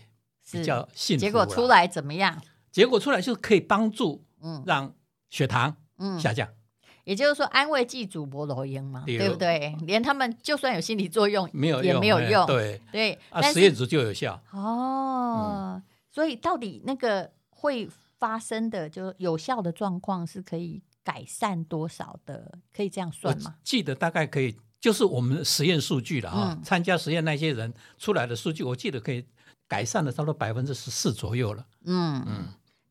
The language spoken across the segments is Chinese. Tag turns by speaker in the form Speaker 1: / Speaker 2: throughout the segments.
Speaker 1: 比
Speaker 2: 是
Speaker 1: 较信服
Speaker 2: 结果出
Speaker 1: 啦，
Speaker 2: 来怎么样？
Speaker 1: 结果出来就是可以帮助
Speaker 2: 嗯
Speaker 1: 让血糖
Speaker 2: 嗯，
Speaker 1: 下降。
Speaker 2: 也就是说，安慰剂主播罗英嘛，
Speaker 1: 对
Speaker 2: 对不对？连他们就算有心理作用，
Speaker 1: 没有
Speaker 2: 也
Speaker 1: 用
Speaker 2: 没有
Speaker 1: 哎
Speaker 2: 用
Speaker 1: 对
Speaker 2: 对，
Speaker 1: 啊，
Speaker 2: 但
Speaker 1: 实验
Speaker 2: 是
Speaker 1: 组就有效。
Speaker 2: 哦，
Speaker 1: 嗯
Speaker 2: 所以到底那个会发生的，就有效的状况是可以改善多少的？可以这样
Speaker 1: 我
Speaker 2: 算吗？
Speaker 1: 记得大概可以，就是我们实验数据了啊，
Speaker 2: 嗯
Speaker 1: 参加实验那些人出来的数据，我记得可以改善了差不多百分之十四左右了。
Speaker 2: 嗯
Speaker 1: 嗯，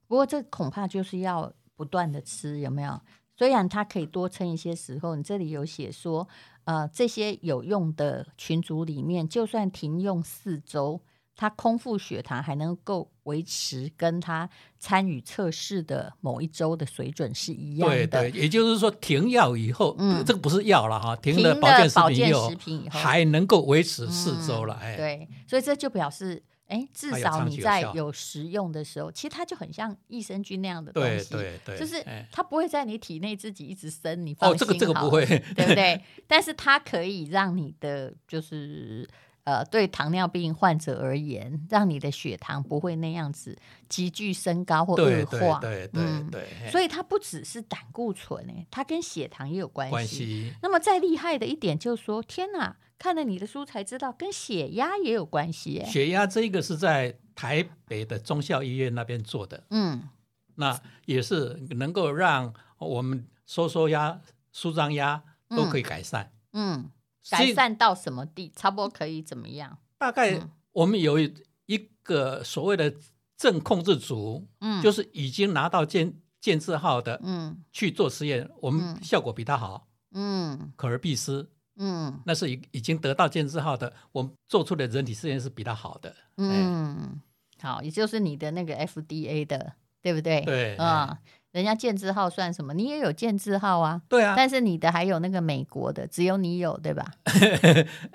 Speaker 2: 不过这恐怕就是要不断的吃，有没有？虽然它可以多撑一些时候，你这里有写说，呃，这些有用的群组里面，就算停用四周，它空腹血糖还能够维持跟它参与测试的某一周的水准是一样
Speaker 1: 对
Speaker 2: 的。
Speaker 1: 对，也就是说停药以后，
Speaker 2: 嗯
Speaker 1: 这个不是药了哈，停
Speaker 2: 停
Speaker 1: 了
Speaker 2: 了
Speaker 1: 保健食
Speaker 2: 保
Speaker 1: 品
Speaker 2: 健
Speaker 1: 以后
Speaker 2: 食，品以后嗯
Speaker 1: 还能够维持四周了，哎，
Speaker 2: 对，所以这就表示，哎，至
Speaker 1: 它有
Speaker 2: 少
Speaker 1: 长
Speaker 2: 你
Speaker 1: 期有
Speaker 2: 在
Speaker 1: 效
Speaker 2: 有食用的时候，其实它就很像益生菌那样的东
Speaker 1: 对
Speaker 2: 西，
Speaker 1: 对对，
Speaker 2: 就是
Speaker 1: 哎
Speaker 2: 它不会在你体内自己一直生，你放
Speaker 1: 哦，
Speaker 2: 心
Speaker 1: 这个这个
Speaker 2: 好
Speaker 1: 不
Speaker 2: 了
Speaker 1: 会，
Speaker 2: 对不 对？但是它可以让你的就是呃，对糖尿病患者而言，让你的血糖不会那样子急剧升高或
Speaker 1: 对
Speaker 2: 恶
Speaker 1: 对
Speaker 2: 化。
Speaker 1: 对对
Speaker 2: 嗯
Speaker 1: 对，哎
Speaker 2: 所以它不只是胆固醇诶、它跟血糖也有关系。
Speaker 1: 关系
Speaker 2: 那么再厉害的一点就是说，天哪！看了你的书才知道，跟血压也有关系、诶。
Speaker 1: 血压这个是在台北的中校医院那边做的，
Speaker 2: 嗯
Speaker 1: 那也是能够让我们收缩压、舒张压都可以改善。
Speaker 2: 嗯，
Speaker 1: 所
Speaker 2: 改
Speaker 1: 以
Speaker 2: 善到什么地，差不多可以怎么样？
Speaker 1: 大概
Speaker 2: 嗯
Speaker 1: 我们有一个所谓的正控制组，
Speaker 2: 嗯，
Speaker 1: 就是已经拿到建建制号的
Speaker 2: 嗯
Speaker 1: 去做实验，我们
Speaker 2: 嗯
Speaker 1: 效果比他好，
Speaker 2: 嗯
Speaker 1: 可而必失。
Speaker 2: 嗯
Speaker 1: 那是已已经得到建制号的，我们做出的人体试验是比他好的。
Speaker 2: 嗯，好，也就是你的那个 FDA 的，对不对？
Speaker 1: 对哎
Speaker 2: 嗯，人家建制号算什么？你也有建制号啊，
Speaker 1: 对啊
Speaker 2: 但是你的还有那个美国的，只有你有，对吧？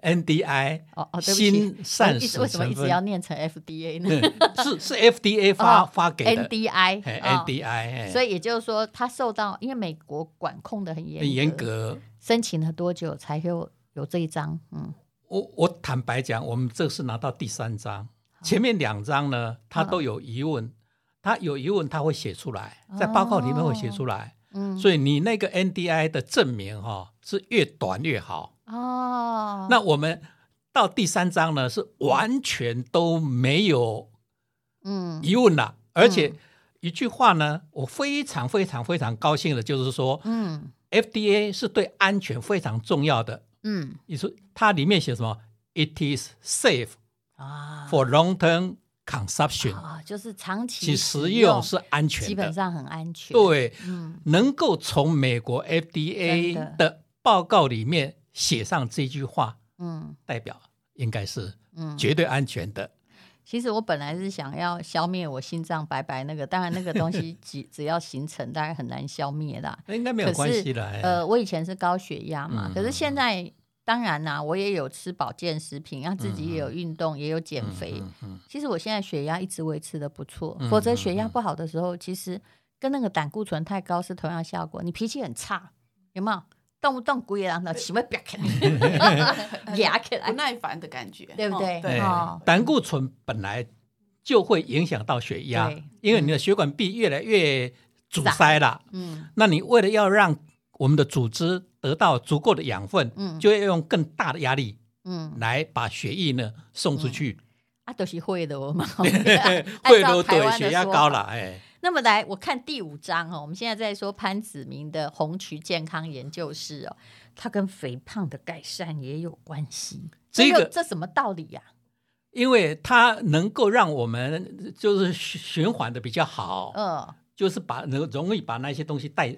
Speaker 1: ，NDI
Speaker 2: 哦哦，对不起，
Speaker 1: 新膳
Speaker 2: 一
Speaker 1: 食
Speaker 2: 直为什么一
Speaker 1: 成
Speaker 2: 直
Speaker 1: 分
Speaker 2: 要念成 FDA 呢
Speaker 1: 嗯 是是 FDA 发
Speaker 2: 哦
Speaker 1: 发给的
Speaker 2: ？NDI，
Speaker 1: 哎
Speaker 2: 哦
Speaker 1: NDI，哎
Speaker 2: 所以也就是说，它受到因为美国管控的很严
Speaker 1: 很严，格。
Speaker 2: 申请了多久才有有这一张？嗯
Speaker 1: 我我坦白讲，我们这是拿到第三章，前面两章呢，他
Speaker 2: 嗯
Speaker 1: 都有疑问，他有疑问他会写出来，在报告里面会写出
Speaker 2: 哦
Speaker 1: 来。
Speaker 2: 嗯，
Speaker 1: 所以你那个 NDI 的证明哈、是越短越好。
Speaker 2: 哦，
Speaker 1: 那我们到第三章呢，是完全都没有
Speaker 2: 嗯
Speaker 1: 疑问了，而且一句话呢，我非常非常非常高兴的，就是说
Speaker 2: 嗯
Speaker 1: FDA 是对安全非常重要的。
Speaker 2: 嗯
Speaker 1: 你说它里面写什么？It is safe
Speaker 2: 啊
Speaker 1: for long-term consumption，
Speaker 2: 啊，就是长期
Speaker 1: 其食用是安全的，
Speaker 2: 基本上很安全。，
Speaker 1: 对，
Speaker 2: 嗯
Speaker 1: 能够从美国
Speaker 2: 真
Speaker 1: FDA 的报告里面写上这句话，
Speaker 2: 嗯
Speaker 1: 代表应该是
Speaker 2: 嗯。
Speaker 1: 绝对安全的。
Speaker 2: 其实我本来是想要消灭我心脏白白那个，当然那个东西 只只要形成，大概很难消灭啦。
Speaker 1: 那应该没有
Speaker 2: 可
Speaker 1: 关
Speaker 2: 是
Speaker 1: 系的。哎
Speaker 2: 呃，我以前是高血压嘛，
Speaker 1: 嗯
Speaker 2: 可是现在当然啦、我也有吃保健食品，然后自己也有运动，也有减肥。
Speaker 1: 嗯嗯
Speaker 2: 其实我现在血压一直维持的不错，
Speaker 1: 嗯
Speaker 2: 否则血压
Speaker 1: 嗯嗯
Speaker 2: 不好的时候，其实跟那个胆固醇太高是同样效果。你脾气很差，有没有？动不动鬼狼的，起码别起来， 压起来
Speaker 3: 不，耐烦的感觉，
Speaker 2: 对不对
Speaker 3: 哦
Speaker 1: 哎
Speaker 3: 对，
Speaker 2: 哦
Speaker 1: 胆固醇本来就会影响到血压
Speaker 2: 对，
Speaker 1: 因为你的血管壁越来越阻塞了。
Speaker 2: 嗯
Speaker 1: 那你为了要让我们的组织得到足够的养分，
Speaker 2: 嗯
Speaker 1: 就要用更大的压力
Speaker 2: 嗯，
Speaker 1: 来把血液呢送出去，
Speaker 2: 啊，都、是会的哦嘛，
Speaker 1: 会
Speaker 2: 按照
Speaker 1: 都
Speaker 2: 台
Speaker 1: 对
Speaker 2: 湾的
Speaker 1: 血压
Speaker 2: 说
Speaker 1: 高
Speaker 2: 法
Speaker 1: 了，哎，
Speaker 2: 那么来，我看第五章哦，我们现在在说潘子明的红曲健康研究室哦，它跟肥胖的改善也有关系。
Speaker 1: 这
Speaker 2: 又
Speaker 1: 个
Speaker 2: 这什么道理呀、
Speaker 1: 因为它能够让我们就是循循环的比较好，
Speaker 2: 嗯
Speaker 1: 就是把能容易把那些东西带。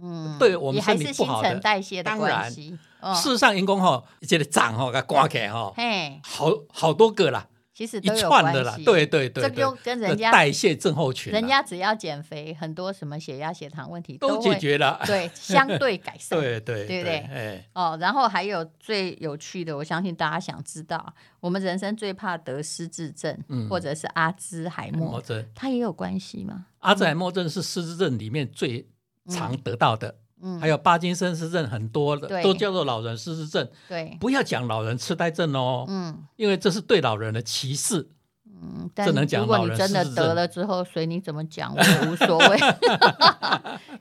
Speaker 2: 嗯，
Speaker 1: 对我们
Speaker 2: 也还
Speaker 1: 身体
Speaker 2: 是
Speaker 1: 不
Speaker 2: 新
Speaker 1: 好的
Speaker 2: 陈代谢的
Speaker 1: 当
Speaker 2: 关
Speaker 1: 然
Speaker 2: 系。嗯
Speaker 1: 事实上，因公吼，这个掌吼给刮起来吼，
Speaker 2: 嘿，
Speaker 1: 好好多个啦，
Speaker 2: 其实
Speaker 1: 一
Speaker 2: 都有
Speaker 1: 串
Speaker 2: 关
Speaker 1: 的啦
Speaker 2: 系。，
Speaker 1: 对对对
Speaker 2: 这就
Speaker 1: 对，
Speaker 2: 跟
Speaker 1: 那
Speaker 2: 人家
Speaker 1: 代谢症候群啊，
Speaker 2: 人家只要减肥，很多什么血压、血糖问题
Speaker 1: 都
Speaker 2: 会
Speaker 1: 解决了，
Speaker 2: 对相对改善。
Speaker 1: 对 对
Speaker 2: 对不对
Speaker 1: 哎，
Speaker 2: 哦，然后还有最有趣的，我相信大家想知道，我们人生最怕得失智症，
Speaker 1: 嗯哎
Speaker 2: 或者是阿兹海默，
Speaker 1: 莫症，
Speaker 2: 它也有关系吗？
Speaker 1: 阿兹海默症是失智症里面最常得到的，
Speaker 2: 嗯，
Speaker 1: 还有帕金森氏症很多的
Speaker 2: 对
Speaker 1: 都叫做老人失智症，
Speaker 2: 对，
Speaker 1: 不要讲老人痴呆症哦，
Speaker 2: 嗯
Speaker 1: 因为这是对老人的歧视。
Speaker 2: 嗯，但
Speaker 1: 能讲
Speaker 2: 如果
Speaker 1: 老
Speaker 2: 你
Speaker 1: 人
Speaker 2: 真的
Speaker 1: 失智症
Speaker 2: 得了之后，随你怎么讲，我也无所谓。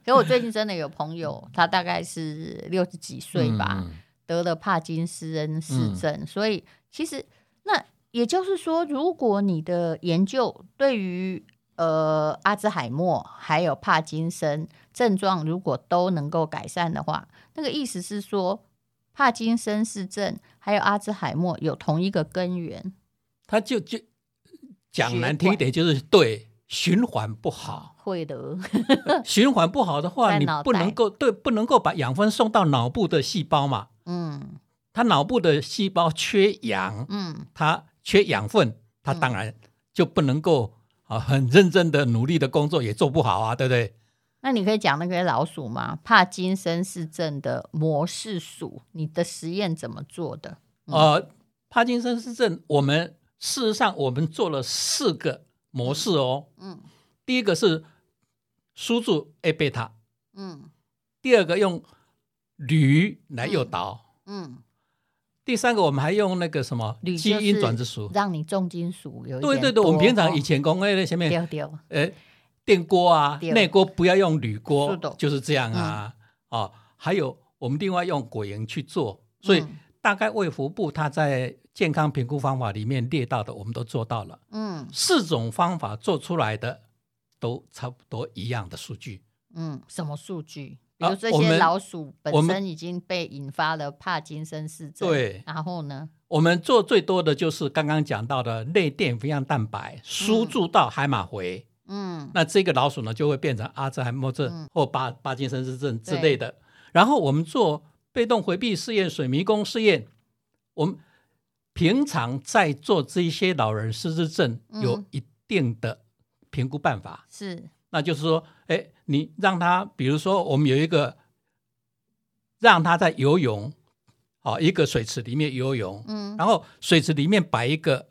Speaker 2: 可我最近真的有朋友，他大概是六十几岁吧，
Speaker 1: 嗯？
Speaker 2: 得了帕金斯恩氏症，所以其实那也就是说，如果你的研究对于呃阿兹海默还有帕金森症状如果都能够改善的话，那个意思是说，帕金森氏症还有阿兹海默有同一个根源。
Speaker 1: 他就就讲难听一点，就是对循环不好。
Speaker 2: 会的，
Speaker 1: 循环不好的
Speaker 2: 在
Speaker 1: 话，你
Speaker 2: 脑
Speaker 1: 不能
Speaker 2: 袋
Speaker 1: 够对不能够把养分送到脑部的细胞嘛。
Speaker 2: 嗯
Speaker 1: 他脑部的细胞缺氧，
Speaker 2: 嗯，
Speaker 1: 它缺养分，它当然就不能够啊很认真的努力的工作，也做不好啊，对不对？
Speaker 2: 那你可以讲那个老鼠吗？帕金森氏症的模式鼠，你的实验怎么做的？嗯
Speaker 1: 呃，帕金森氏症，我们事实上我们做了四个模式哦。
Speaker 2: 嗯
Speaker 1: 第一个是输注 A 贝塔，
Speaker 2: 嗯
Speaker 1: 第二个用铝来诱导，
Speaker 2: 嗯，
Speaker 1: 第三个我们还用那个什么
Speaker 2: 铝
Speaker 1: 基
Speaker 2: 就是
Speaker 1: 因转子鼠。
Speaker 2: 让你重金属有一
Speaker 1: 对
Speaker 2: 点
Speaker 1: 对对，我们
Speaker 2: 多
Speaker 1: 平常
Speaker 2: 哦
Speaker 1: 以前讲那个前面
Speaker 2: 丢丢，
Speaker 1: 呃电锅啊，
Speaker 2: 对
Speaker 1: 内锅不要用铝锅
Speaker 2: 是的，嗯
Speaker 1: 就是这样啊。哦，还有我们另外用果蝇去做，所以
Speaker 2: 嗯
Speaker 1: 大概卫福部它在健康评估方法里面列到的，我们都做到了。
Speaker 2: 嗯
Speaker 1: 四种方法做出来的都差不多一样的数据。
Speaker 2: 嗯，什么数据？比
Speaker 1: 啊
Speaker 2: 如这
Speaker 1: 我
Speaker 2: 些
Speaker 1: 们
Speaker 2: 老鼠
Speaker 1: 我
Speaker 2: 本
Speaker 1: 们
Speaker 2: 身已经被引发了帕金森氏症，，
Speaker 1: 对，
Speaker 2: 然后呢？
Speaker 1: 我们做最多的就是刚刚讲到的类淀粉样蛋白输注到海马回，
Speaker 2: 嗯
Speaker 1: 那这个老鼠呢就会变成阿兹海默
Speaker 2: 嗯
Speaker 1: 症或巴巴金森氏症之
Speaker 2: 对
Speaker 1: 类的。然后我们做被动回避试验、水迷宫试验，我们平常在做这些老人失智症
Speaker 2: 嗯
Speaker 1: 有一定的评估办法，
Speaker 2: 是，
Speaker 1: 那就是说，哎，你让他，比如说我们有一个让他在游泳，好、一个水池里面游泳，
Speaker 2: 嗯，
Speaker 1: 然后水池里面摆一个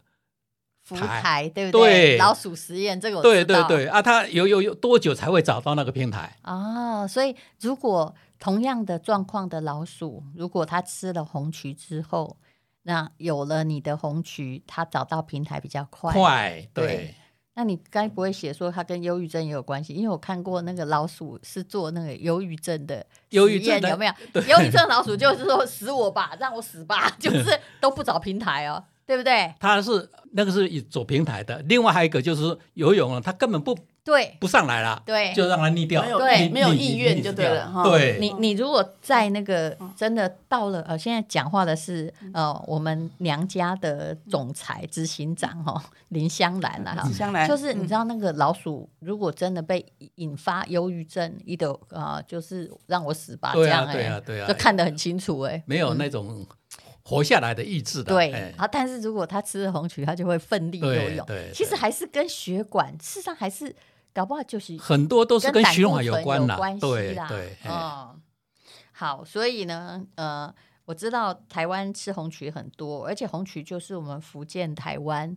Speaker 2: 浮
Speaker 1: 台
Speaker 2: 台对不
Speaker 1: 对
Speaker 2: 老鼠实验这个我
Speaker 1: 对
Speaker 2: 知
Speaker 1: 对
Speaker 2: 道
Speaker 1: 对啊，他游游游多久才会找到那个平台？
Speaker 2: 哦，所以如果同样的状况的老鼠，如果它吃了红曲之后，那有了你的红曲，它找到平台比较快。
Speaker 1: 快，
Speaker 2: 对
Speaker 1: 对
Speaker 2: 那你该不会写说它跟忧郁症也有关系？因为我看过那个老鼠是做那个忧郁症的
Speaker 1: 忧郁
Speaker 2: 实验
Speaker 1: 症的
Speaker 2: 有没有？忧郁症老鼠就是说死我吧，让我死吧， 就是都不找平台哦，对不对？
Speaker 1: 他是那个是以走平台的，另外还有一个就是说游泳了，他根本不
Speaker 2: 对
Speaker 1: 不上来了，
Speaker 2: 对，
Speaker 1: 就让他溺掉，
Speaker 3: 没有
Speaker 2: 对
Speaker 1: 溺
Speaker 3: 没有
Speaker 1: 溺
Speaker 3: 意
Speaker 1: 溺
Speaker 3: 愿就
Speaker 1: 死
Speaker 3: 对
Speaker 1: 掉
Speaker 3: 了哈
Speaker 1: 对，
Speaker 2: 你你如果在那个真的到了呃，现在讲话的是呃我们娘家的总裁执行长哦林香兰啊啦哈
Speaker 3: 纸，
Speaker 1: 哎
Speaker 3: 箱来
Speaker 2: 就是你
Speaker 3: 嗯
Speaker 2: 知道那个老鼠如果真的被引发忧郁症，一的啊就是让我死吧这
Speaker 1: 对
Speaker 2: 样
Speaker 1: 啊
Speaker 2: 哎、
Speaker 1: 对啊对啊
Speaker 2: 就看得很清楚哎、
Speaker 1: 没有那种活下来的意志的，
Speaker 2: 对，
Speaker 1: 哎
Speaker 2: 啊，但是如果他吃了红曲，他就会奋力游
Speaker 1: 对
Speaker 2: 泳
Speaker 1: 对。
Speaker 2: 其实
Speaker 1: 对
Speaker 2: 还是跟血管，事实上还是搞不好就是
Speaker 1: 很多都是跟
Speaker 2: 胆
Speaker 1: 循
Speaker 2: 固
Speaker 1: 环有
Speaker 2: 醇
Speaker 1: 关啦，
Speaker 2: 关系
Speaker 1: 对
Speaker 2: 啦
Speaker 1: 对，哎
Speaker 2: 嗯，好，所以呢，呃，我知道台湾吃红曲很多，而且红曲就是我们福建、台湾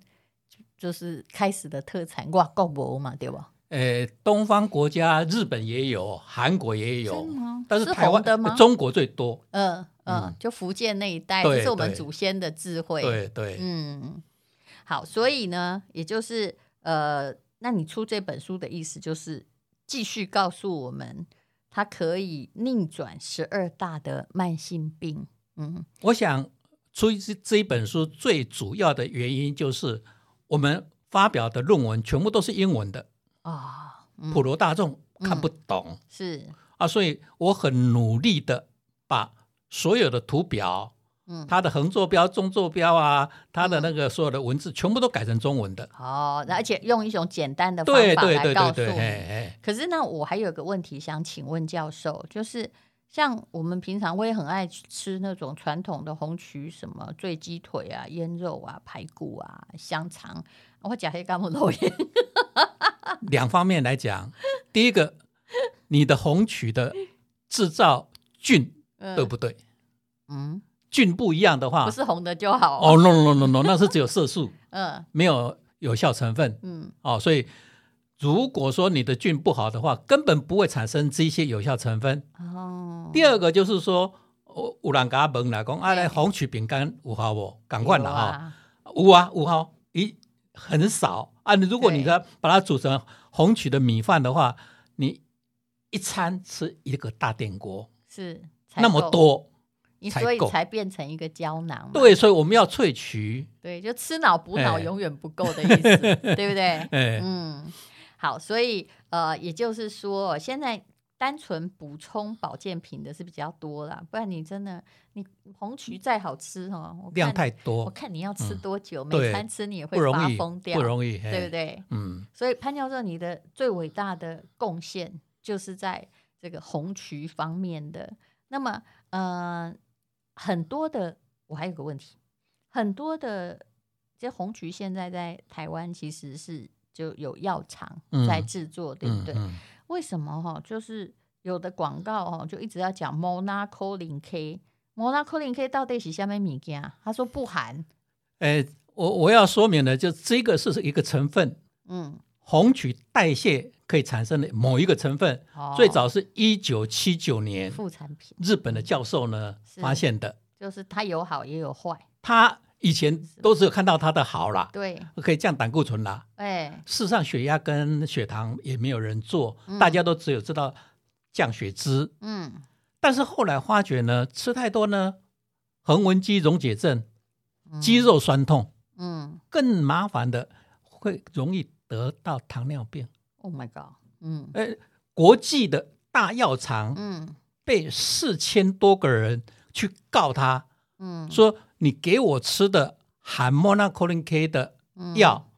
Speaker 2: 就就是开始的特产哇，够博嘛，对吧？
Speaker 1: 呃，东方国家日本也有，韩国也有
Speaker 2: 真的吗，
Speaker 1: 但是
Speaker 2: 是
Speaker 1: 台湾
Speaker 2: 红的吗
Speaker 1: 中国最多。
Speaker 2: 嗯嗯
Speaker 1: 嗯，
Speaker 2: 就福建那一带，
Speaker 1: 对
Speaker 2: 这是我们
Speaker 1: 对
Speaker 2: 祖先的智慧。
Speaker 1: 对对，
Speaker 2: 嗯，好，所以呢，也就是呃，那你出这本书的意思就是继续告诉我们，它可以逆转十二大的慢性病。嗯
Speaker 1: 我想出这这一本书最主要的原因就是我们发表的论文全部都是英文的，哦
Speaker 2: 啊，
Speaker 1: 普
Speaker 2: 嗯，
Speaker 1: 罗大众
Speaker 2: 嗯
Speaker 1: 看不懂
Speaker 2: 是
Speaker 1: 啊，所以我很努力的把所有的图表
Speaker 2: 嗯，
Speaker 1: 它的横坐标、纵坐标啊，它的那个所有的文字全部都改成中文的。
Speaker 2: 哦，那而且用一种简单的方
Speaker 1: 对
Speaker 2: 法
Speaker 1: 对
Speaker 2: 来
Speaker 1: 对
Speaker 2: 告
Speaker 1: 对
Speaker 2: 诉
Speaker 1: 对，
Speaker 2: 你。
Speaker 1: 哎
Speaker 2: 可是呢，我还有个问题想请问教授，就是像我们平常我也很爱去吃那种传统的红曲，什么醉鸡腿啊、腌肉啊、排骨啊、香肠，我假黑干木肉也
Speaker 1: 哎，两方面来讲，第一个，你的红曲的制造菌对呃不对？
Speaker 2: 嗯，
Speaker 1: 菌不一样的话
Speaker 2: 不，是红的就好。
Speaker 1: 哦，no no no no，no，那是只有色素，
Speaker 2: 嗯
Speaker 1: 没有有效成分
Speaker 2: 嗯
Speaker 1: 哦，所以。如果说你的菌不好的话，根本不会产生这些有效成分。
Speaker 2: 哦，
Speaker 1: 第二个就是说，呃有有人给我问啦，讲啊，
Speaker 2: 哎
Speaker 1: 来红曲饼干有效不？赶快啦
Speaker 2: 有
Speaker 1: 哈，
Speaker 2: 啊，
Speaker 1: 有啊有效，咦，很少啊。你如果你
Speaker 2: 对
Speaker 1: 的把它煮成红曲的米饭的话，你一餐吃一个大电锅，
Speaker 2: 是才
Speaker 1: 那么
Speaker 2: 够，
Speaker 1: 多，
Speaker 2: 你
Speaker 1: 才
Speaker 2: 所以
Speaker 1: 够
Speaker 2: 才变成一个胶囊嘛。
Speaker 1: 对，所以我们要萃取，
Speaker 2: 对，就吃脑补脑
Speaker 1: 哎
Speaker 2: 永远不够的意 思，对不对？
Speaker 1: 哎，
Speaker 2: 嗯，好，所以呃，也就是说，现在单纯补充保健品的是比较多啦，不然你真的你红曲再好吃哦，我看
Speaker 1: 量太
Speaker 2: 我
Speaker 1: 多，
Speaker 2: 看你要吃
Speaker 1: 嗯
Speaker 2: 多久，每
Speaker 1: 对
Speaker 2: 餐吃你也会
Speaker 1: 不容
Speaker 2: 发
Speaker 1: 易
Speaker 2: 疯，掉，
Speaker 1: 不容易，
Speaker 2: 对不
Speaker 1: 对？
Speaker 2: 对？
Speaker 1: 嗯，
Speaker 2: 所以潘教授，你的最伟大的贡献就是在这个红曲方面的。那么，呃，很多的，我还有个问题，很多的这红曲现在在台湾其实是就有药厂在
Speaker 1: 嗯
Speaker 2: 制作，对不
Speaker 1: 嗯
Speaker 2: 对？
Speaker 1: 嗯
Speaker 2: 为什么哈、就是有的广告哦，就一直要讲 Monaco 零 K。Monaco 零 K 到底是下面米件？他说不含，
Speaker 1: 哎，我我要说明的，就这个是一个成分，
Speaker 2: 嗯，
Speaker 1: 红曲代谢可以产生的某一个成分，
Speaker 2: 哦
Speaker 1: 最早是一九七九年
Speaker 2: 副产品
Speaker 1: 日本的教授呢
Speaker 2: 是
Speaker 1: 发现的。
Speaker 2: 就是它有好也有坏，
Speaker 1: 他以前都只有看到它的好啦，
Speaker 2: 对，
Speaker 1: 可以降胆固醇啦。
Speaker 2: 哎、
Speaker 1: 事实上，血压跟血糖也没有人做，
Speaker 2: 嗯
Speaker 1: 大家都只有知道降血脂。
Speaker 2: 嗯，
Speaker 1: 但是后来发觉呢，吃太多呢，横纹肌溶解症、
Speaker 2: 嗯
Speaker 1: 肌，肉酸痛，
Speaker 2: 嗯
Speaker 1: 更麻烦的会容易得到糖尿病。
Speaker 2: ，Oh my god，嗯
Speaker 1: 呃，国际的大药厂
Speaker 2: 嗯
Speaker 1: 被四千多个人去告他，
Speaker 2: 嗯，
Speaker 1: 说你给我吃的含 monacolin K 的
Speaker 2: 嗯
Speaker 1: 药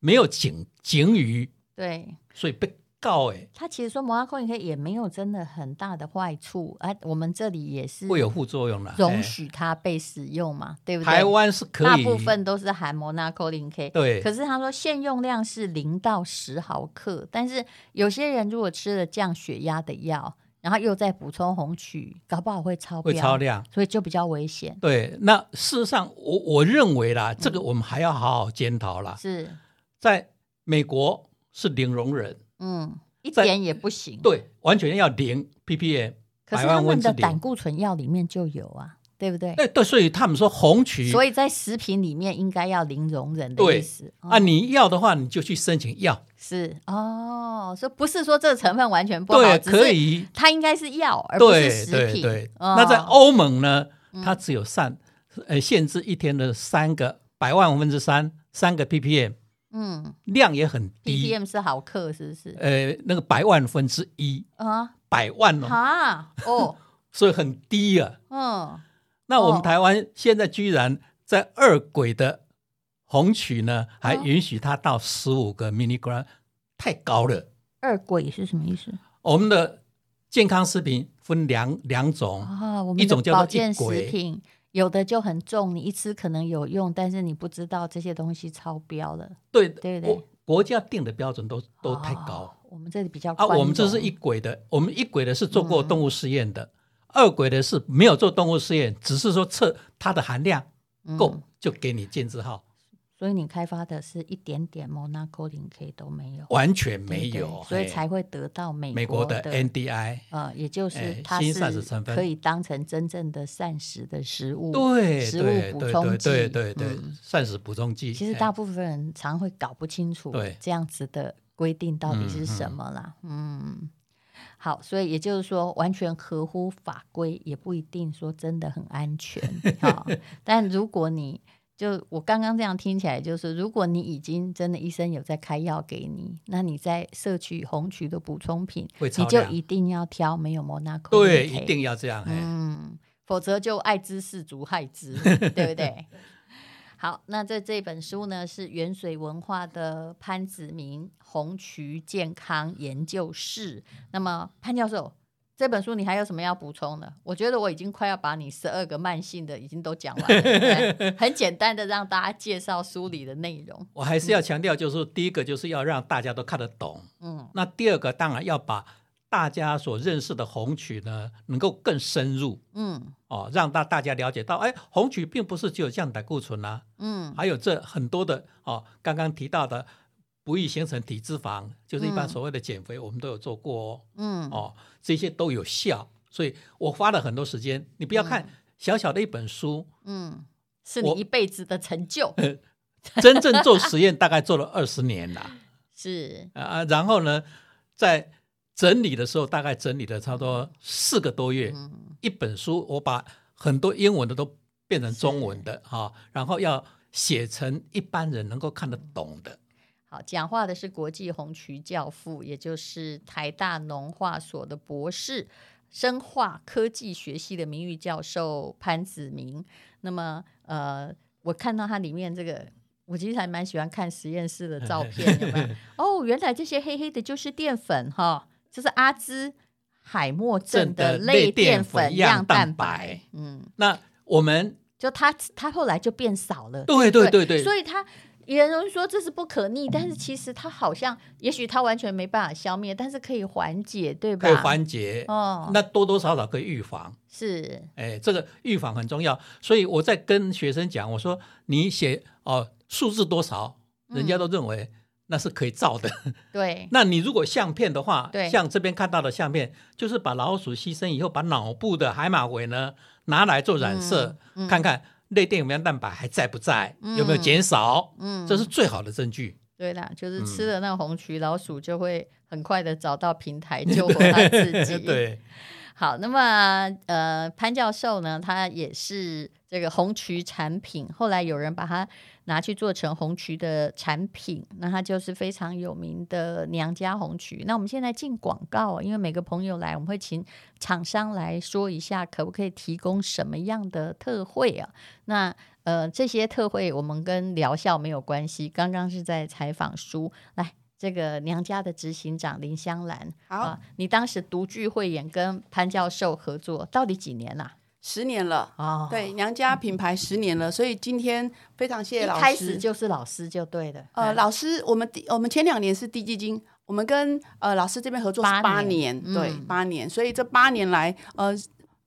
Speaker 1: 没有警警语，
Speaker 2: 对
Speaker 1: 所以被告哎
Speaker 2: 他其实说摩拉克可以也没有真的很大的坏处，啊，我们这里也是
Speaker 1: 会有副作用了。
Speaker 2: 嗯容许它被使用嘛，对
Speaker 1: 哎
Speaker 2: 不对？
Speaker 1: 台湾是可
Speaker 2: 大
Speaker 1: 以，
Speaker 2: 部分都是含摩纳克林 K，
Speaker 1: 对
Speaker 2: 可是他说限用量是零到十毫克，但是有些人如果吃了降血压的药，然后又再补充红曲，搞不好会超标，
Speaker 1: 会超，量。
Speaker 2: 所以就比较危险。
Speaker 1: 对，那事实上我我认
Speaker 2: 嗯
Speaker 1: 为啦，这个我们还要好好检讨啦。
Speaker 2: 是，
Speaker 1: 在美国是零容忍，
Speaker 2: 嗯，一
Speaker 1: 在
Speaker 2: 点也不行。
Speaker 1: 对，完全要零 ppm，
Speaker 2: 可是
Speaker 1: 百
Speaker 2: 他
Speaker 1: 万
Speaker 2: 们
Speaker 1: 温
Speaker 2: 的
Speaker 1: 是
Speaker 2: 胆
Speaker 1: 零。
Speaker 2: 固醇药里面就有啊，对不对？
Speaker 1: 哎，对，所以他们说红曲，
Speaker 2: 所以在食品里面应该要零容忍的意
Speaker 1: 对
Speaker 2: 思。哦
Speaker 1: 啊，你要的话你就去申请要，
Speaker 2: 是哦，所以不是说这个成分完全不好，
Speaker 1: 对，
Speaker 2: 只
Speaker 1: 可
Speaker 2: 是
Speaker 1: 以，
Speaker 2: 它应该是药，而不是
Speaker 1: 对
Speaker 2: 食
Speaker 1: 对
Speaker 2: 品。嗯
Speaker 1: 对。
Speaker 2: 哦
Speaker 1: 那在欧盟呢，它只有上呃限制一天的三个百万分之三三个 ppm，
Speaker 2: 嗯
Speaker 1: 量也很低，
Speaker 2: ，ppm 是毫克，是不是？
Speaker 1: 呃，那个百万分之一，
Speaker 2: 啊
Speaker 1: 百万哦，
Speaker 2: 哈哦，
Speaker 1: 所以很低啊。
Speaker 2: 嗯
Speaker 1: 那我
Speaker 2: 哦
Speaker 1: 们台湾现在居然在二轨的红曲呢，还
Speaker 2: 哦
Speaker 1: 允许它到十五个 milligram，太高了。
Speaker 2: 二轨是什么意思
Speaker 1: 我们的健康食品分两两种，
Speaker 2: 啊？我们
Speaker 1: 一种
Speaker 2: 的
Speaker 1: 叫做
Speaker 2: 保
Speaker 1: 一
Speaker 2: 健食
Speaker 1: 轨
Speaker 2: 品有的就很重，你一吃可能有用，但是你不知道这些东西超标了，
Speaker 1: 对的
Speaker 2: 对对
Speaker 1: 国国家定的标准都都太
Speaker 2: 哦
Speaker 1: 高、。
Speaker 2: 我们这里比较
Speaker 1: 啊，
Speaker 2: 宽
Speaker 1: 我们这是
Speaker 2: 容
Speaker 1: 一轨的，我们一轨的是做过动物试验
Speaker 2: 嗯
Speaker 1: 的，二轨的是没有做动物试验，只是说测它的含量够、
Speaker 2: 嗯
Speaker 1: 就给你建字号，
Speaker 2: 所以你开发的是一点点 Monaco 零 K 都没有，
Speaker 1: 完全
Speaker 2: 对
Speaker 1: 没
Speaker 2: 不对
Speaker 1: 有，
Speaker 2: 所以
Speaker 1: 嘿
Speaker 2: 才会得到美
Speaker 1: 美
Speaker 2: 国
Speaker 1: 国的 NDI。
Speaker 2: 呃，也就是
Speaker 1: 哎
Speaker 2: 它
Speaker 1: 新
Speaker 2: 是
Speaker 1: 膳食成分
Speaker 2: 可以当成真正的膳食的食物。
Speaker 1: 对
Speaker 2: 食
Speaker 1: 对
Speaker 2: 物补充
Speaker 1: 对
Speaker 2: 剂，
Speaker 1: 对对对
Speaker 2: 嗯，
Speaker 1: 膳食补充剂。
Speaker 2: 其实
Speaker 1: 哎
Speaker 2: 大部分人常会搞不清楚
Speaker 1: 对
Speaker 2: 这样子的规定到底是
Speaker 1: 嗯
Speaker 2: 什么啦。嗯，好，所以也就是说，完全合乎法规也不一定说真的很安 全哈。但如果你就我刚刚这样听起来，就是如果你已经真的医生有在开药给你，那你在摄取红曲的补充品，
Speaker 1: 会
Speaker 2: 你
Speaker 1: 超
Speaker 2: 就
Speaker 1: 量
Speaker 2: 一定要挑没有摩纳克
Speaker 1: 对，一定要这样。哎，
Speaker 2: 嗯，否则就爱之氏族害之，对不对？好，那这这本书呢是元水文化的潘子明红渠健康研究室。那么潘教授，这本书你还有什么要补充的？我觉得我已经快要把你十二个慢性的已经都讲完了，对不对 很简单的让大家介绍书里的内容。
Speaker 1: 我还是要强调，就是说第一个就是要让大家都看得懂，
Speaker 2: 嗯
Speaker 1: 那第二个当然要把大家所认识的红曲呢，能够更深入
Speaker 2: 嗯
Speaker 1: 哦，让大大家了解到，哎，红曲并不是只有降胆固醇啊，
Speaker 2: 嗯
Speaker 1: 还有这很多的哦，刚刚提到的不易形成体脂肪，就是一般
Speaker 2: 嗯
Speaker 1: 所谓的减肥，我们都有做过哦。
Speaker 2: 嗯，
Speaker 1: 哦，这些都有效，所以我花了很多时间。你不要看小小的一本书，
Speaker 2: 嗯，是你
Speaker 1: 我
Speaker 2: 一辈子的成就，
Speaker 1: 真正做实验大概做了二十年啦，
Speaker 2: 是
Speaker 1: 啊、啊然后呢，在整理的时候大概整理了差不多四个多月，
Speaker 2: 嗯
Speaker 1: 一本书我把很多英文的都变成中文的哈、然后要写成一般人能够看得懂的。
Speaker 2: 好，讲话的是国际红渠教父，也就是台大农化所的博士。生化科技学系的名誉教授潘子明，那么呃，我看到它里面这个，我其实还蛮喜欢看实验室的照片，有没有？ 哦，原来这些黑黑的就是淀粉哈，这是阿兹海默症
Speaker 1: 症的
Speaker 2: 的类
Speaker 1: 类
Speaker 2: 淀
Speaker 1: 淀
Speaker 2: 粉
Speaker 1: 粉
Speaker 2: 样
Speaker 1: 样
Speaker 2: 蛋
Speaker 1: 蛋白
Speaker 2: 嗯，
Speaker 1: 那我们
Speaker 2: 就它它后来就变少了，
Speaker 1: 对对对
Speaker 2: 所
Speaker 1: 对，
Speaker 2: 以他也有人说这是不可逆，但是其实它好像，也许它完全没办法消灭，但是可以缓解，对吧？
Speaker 1: 可以缓解，
Speaker 2: 哦，
Speaker 1: 那多多少少可以预防。
Speaker 2: 是
Speaker 1: 哎，这个预防很重要，所以我在跟学生讲，我说你写哦数字多少，人
Speaker 2: 嗯
Speaker 1: 家都认为那是可以照的。
Speaker 2: 对，
Speaker 1: 那你如果相片的话
Speaker 2: 对，
Speaker 1: 像这边看到的相片，就是把老鼠牺牲以后，把脑部的海马回呢拿来做染色，
Speaker 2: 嗯嗯
Speaker 1: 看看类淀粉蛋白还在不在，有没有减少，
Speaker 2: 嗯，
Speaker 1: 这是最好的证据。
Speaker 2: 对啦，就是
Speaker 1: 嗯
Speaker 2: 吃了那个红曲，老鼠就会很快的找到平台救活它自己。。
Speaker 1: 对，
Speaker 2: 好，那么呃，潘教授呢，他也是这个红曲产品，后来有人把它拿去做成红曲的产品，那它就是非常有名的娘家红曲。那我们现在进广告哦，因为每个朋友来，我们会请厂商来说一下，可不可以提供什么样的特惠啊？那呃，这些特惠我们跟疗效没有关系，刚刚是在采访书来。这个娘家的执行长林香兰，
Speaker 3: 好，
Speaker 2: 啊，你当时独具慧眼跟潘教授合作，到底几年啊啦、
Speaker 3: 十年了。
Speaker 2: 哦，
Speaker 3: 对，娘家品牌十年了，所以今天非常谢谢
Speaker 2: 一
Speaker 3: 老师。
Speaker 2: 开始就是老师就对了。
Speaker 3: 呃，
Speaker 2: 嗯
Speaker 3: 老师，我们第我们前两年是低基金，我们跟呃老师这边合作
Speaker 2: 八
Speaker 3: 是八
Speaker 2: 年
Speaker 3: 年，对
Speaker 2: 嗯，
Speaker 3: 八年，所以这八年来，呃。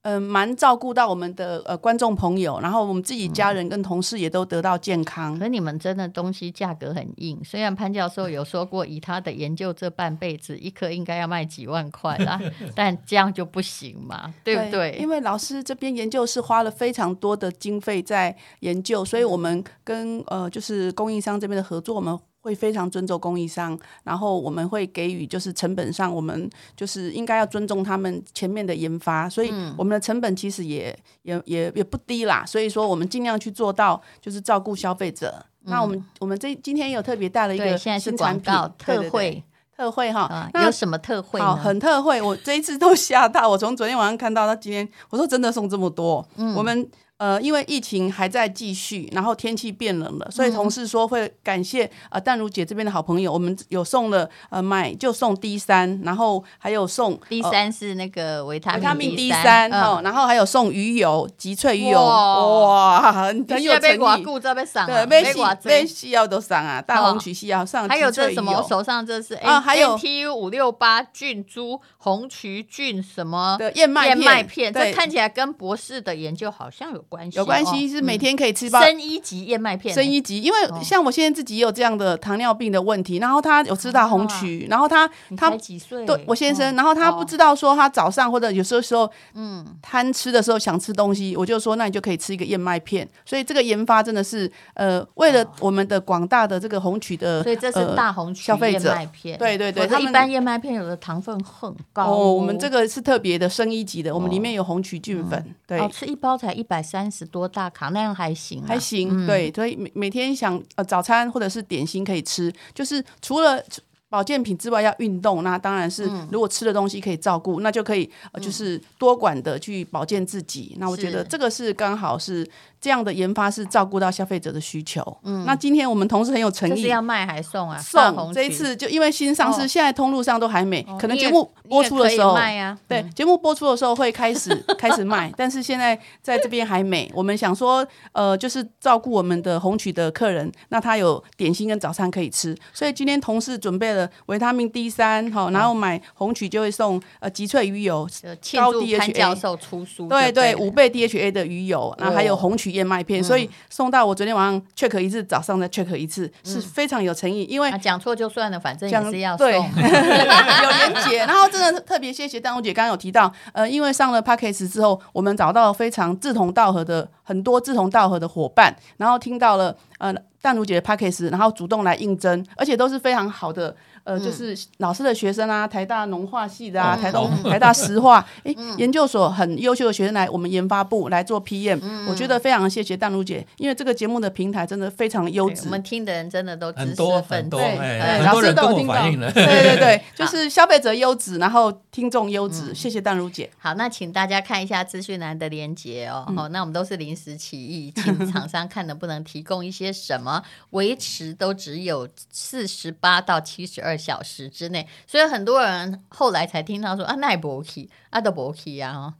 Speaker 3: 呃，蛮照顾到我们的呃观众朋友，然后我们
Speaker 2: 嗯
Speaker 3: 自己家人跟同事也都得到健康。
Speaker 2: 可你们真的东西价格很硬，虽然潘教授有说过，以他的研究这半辈子，一颗应该要卖几万块 啦，但这样就不行嘛，对不对？
Speaker 3: 因为老师这边研究是花了非常多的经费在研究，所以
Speaker 2: 嗯
Speaker 3: 我们跟呃就是供应商这边的合作，我们会非常尊重供应商，然后我们会给予就是成本上，我们就是应该要尊重他们前面的研发，所以
Speaker 2: 嗯
Speaker 3: 我们的成本其实也也也也不低啦，所以说我们尽量去做到就是照顾消费者。那我们我们这今天也有特别带了一
Speaker 2: 嗯对，
Speaker 3: 个
Speaker 2: 现在是
Speaker 3: 新
Speaker 2: 广
Speaker 3: 产品
Speaker 2: 告
Speaker 3: 对
Speaker 2: 特
Speaker 3: 对对
Speaker 2: 惠
Speaker 3: 特惠哈，
Speaker 2: 啊，
Speaker 3: 那
Speaker 2: 有什么特惠
Speaker 3: 好，
Speaker 2: 呢？
Speaker 3: 很特惠，我这一次都 吓到，我从昨天晚上看到到今天，我说真的送这么多。
Speaker 2: 嗯
Speaker 3: 我们呃，因为疫情还在继续，然后天气变冷了，
Speaker 2: 嗯
Speaker 3: 所以同事说会感谢呃淡如姐这边的好朋友，我们有送了呃买就送 D 三，然后还有送
Speaker 2: 第
Speaker 3: 呃
Speaker 2: 三是那个维他
Speaker 3: 维他命
Speaker 2: D
Speaker 3: D 三
Speaker 2: 嗯
Speaker 3: 哦，然后还有送鱼油极萃鱼油，
Speaker 2: 哇
Speaker 3: 哇，很很
Speaker 2: 你
Speaker 3: 有
Speaker 2: 现在
Speaker 3: 诚
Speaker 2: 被寡
Speaker 3: 意。
Speaker 2: 顾，这被赏
Speaker 3: 对，
Speaker 2: 了，
Speaker 3: 被
Speaker 2: 被
Speaker 3: 西
Speaker 2: 寡
Speaker 3: 被西药都上啊，大
Speaker 2: 哦
Speaker 3: 红曲西药上，
Speaker 2: 还有
Speaker 3: 极萃
Speaker 2: 这什么？
Speaker 3: 鱼
Speaker 2: 我
Speaker 3: 油
Speaker 2: 手上这是 N,
Speaker 3: 啊哦还有
Speaker 2: T 五六八菌株、红曲菌什么
Speaker 3: 对燕麦
Speaker 2: 燕麦片，
Speaker 3: 片，
Speaker 2: 这
Speaker 3: 对，
Speaker 2: 看起来跟博士的研究好像有关系哦，
Speaker 3: 有关系是每天可以吃
Speaker 2: 嗯
Speaker 3: 饱
Speaker 2: 升一级燕麦片，
Speaker 3: 升一级，因
Speaker 2: 哦
Speaker 3: 为像我现在自己也有这样的糖尿病的问题，然后他有吃到红曲，然后他
Speaker 2: 啊你才
Speaker 3: 他
Speaker 2: 几岁？
Speaker 3: 对我先生，
Speaker 2: 嗯
Speaker 3: 然后他不知道说他早上或者有时候时候
Speaker 2: 嗯
Speaker 3: 贪吃的时候想吃东西，我就说那你就可以吃一个燕麦片，所以这个研发真的是呃为了我们的广大的这个红曲的，
Speaker 2: 哦所以这是
Speaker 3: 呃
Speaker 2: 大红曲
Speaker 3: 消费
Speaker 2: 燕
Speaker 3: 者
Speaker 2: 麦片，
Speaker 3: 对对对
Speaker 2: 否则
Speaker 3: 他
Speaker 2: 一
Speaker 3: 们
Speaker 2: 般燕麦片有的糖分很高
Speaker 3: 哦，我们这
Speaker 2: 个
Speaker 3: 个是特别的升一级的，我们里面有红曲菌粉，对
Speaker 2: 哦，，吃一包才一百三十多大卡，那样还行啊，
Speaker 3: 还行，对，所以每每天想呃早餐或者是点心可以吃，就是除了保健品之外要运动，那当然是
Speaker 2: 嗯
Speaker 3: 如果吃的东西可以照顾，那就可以、呃就是多管的去保健自己。那我觉得
Speaker 2: 是
Speaker 3: 这个是刚好是这样的研发是照顾到消费者的需求。嗯，那今天我们同事很有诚
Speaker 2: 这是
Speaker 3: 意。
Speaker 2: 要卖还送啊？大
Speaker 3: 送
Speaker 2: 红
Speaker 3: 这一
Speaker 2: 曲
Speaker 3: 次就因为新上市，
Speaker 2: 哦
Speaker 3: 现在通路上都还没，
Speaker 2: 哦
Speaker 3: 可能
Speaker 2: 你
Speaker 3: 节
Speaker 2: 也
Speaker 3: 目
Speaker 2: 你
Speaker 3: 播
Speaker 2: 也
Speaker 3: 出的
Speaker 2: 可以
Speaker 3: 时候，
Speaker 2: 卖啊，
Speaker 3: 对，
Speaker 2: 嗯
Speaker 3: 节目播出的时候会开 始开始卖，但是现在在这边还没。我们想说，呃，就是照顾我们的红曲的客人，那他有点心跟早餐可以吃，所以今天同事准备了维他命 D 三，好，然后买红曲就会送呃极萃鱼油。
Speaker 2: 就呃庆
Speaker 3: 高
Speaker 2: 祝潘
Speaker 3: DHA
Speaker 2: 教授出书就
Speaker 3: 哎对
Speaker 2: 对了
Speaker 3: 对，五倍 DHA 的哦嗯鱼油，那还有红曲燕麦片，所以送到我昨天晚上 check 一次，早上再 check 一次，是非常有诚意，因为
Speaker 2: 啊，讲错就算了，反正
Speaker 3: 讲
Speaker 2: 也是要送。
Speaker 3: 对 有连结，然后真的是特别谢谢丹如姐刚刚有提到，呃，因为上了 p a c k a g e 之后，我们找到非常志同道合的很多志同道合的伙伴，然后听到了呃淡如姐的 p a c k a g e 然后主动来应征，而且都是非常好的。呃，就是老师的学生啊，台大农化系的
Speaker 2: 哦
Speaker 3: 啊，台东、 台大石化， 哎、
Speaker 2: 嗯
Speaker 3: 研究所很优秀的学生来我们研发部来做 PM，、我
Speaker 2: 嗯
Speaker 3: 觉得非常谢谢淡如姐，因因为这个节目的平台真的非常 优
Speaker 2: 对
Speaker 3: 质
Speaker 2: 我，们听的人真的都知
Speaker 1: 很
Speaker 2: 识
Speaker 1: 多
Speaker 2: 分
Speaker 1: 很
Speaker 2: 子
Speaker 1: 多，，
Speaker 3: 对
Speaker 1: 哎，
Speaker 3: 对
Speaker 1: 很
Speaker 3: 老
Speaker 1: 多
Speaker 3: 师
Speaker 1: 人
Speaker 3: 都有
Speaker 1: 跟我
Speaker 3: 听到
Speaker 1: 反映 了。
Speaker 3: 对对对，就是消费者优质，然后听众优质。谢谢淡如姐，
Speaker 2: 好，那请大家看一下资讯栏的连接哦。
Speaker 3: 嗯
Speaker 2: 好、那我们都是临时起意， 请厂商看能不能提供一些什么，维持都只有四十八到七十二小时之内。所以很多人后来才听到说啊，奈博 key 啊，都博 key 啊、哦，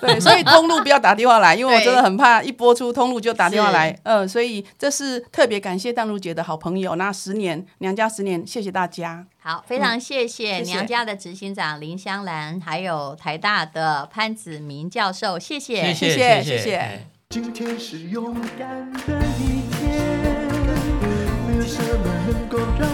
Speaker 3: 对，所以通路不要打电话来，因为我真的很怕一播出通路就打电话来
Speaker 2: 是，
Speaker 3: 嗯、所以这是特别感谢淡如姐的好朋友，那十年娘家十年，谢谢大家，
Speaker 2: 好，非常谢谢
Speaker 3: 嗯谢谢
Speaker 2: 娘家的执行长林香兰，还有台大的潘子明教授，谢谢，
Speaker 1: 谢
Speaker 3: 谢
Speaker 1: 谢
Speaker 3: 谢谢
Speaker 1: 哎
Speaker 4: 今天是勇敢的一天，没有什么能够让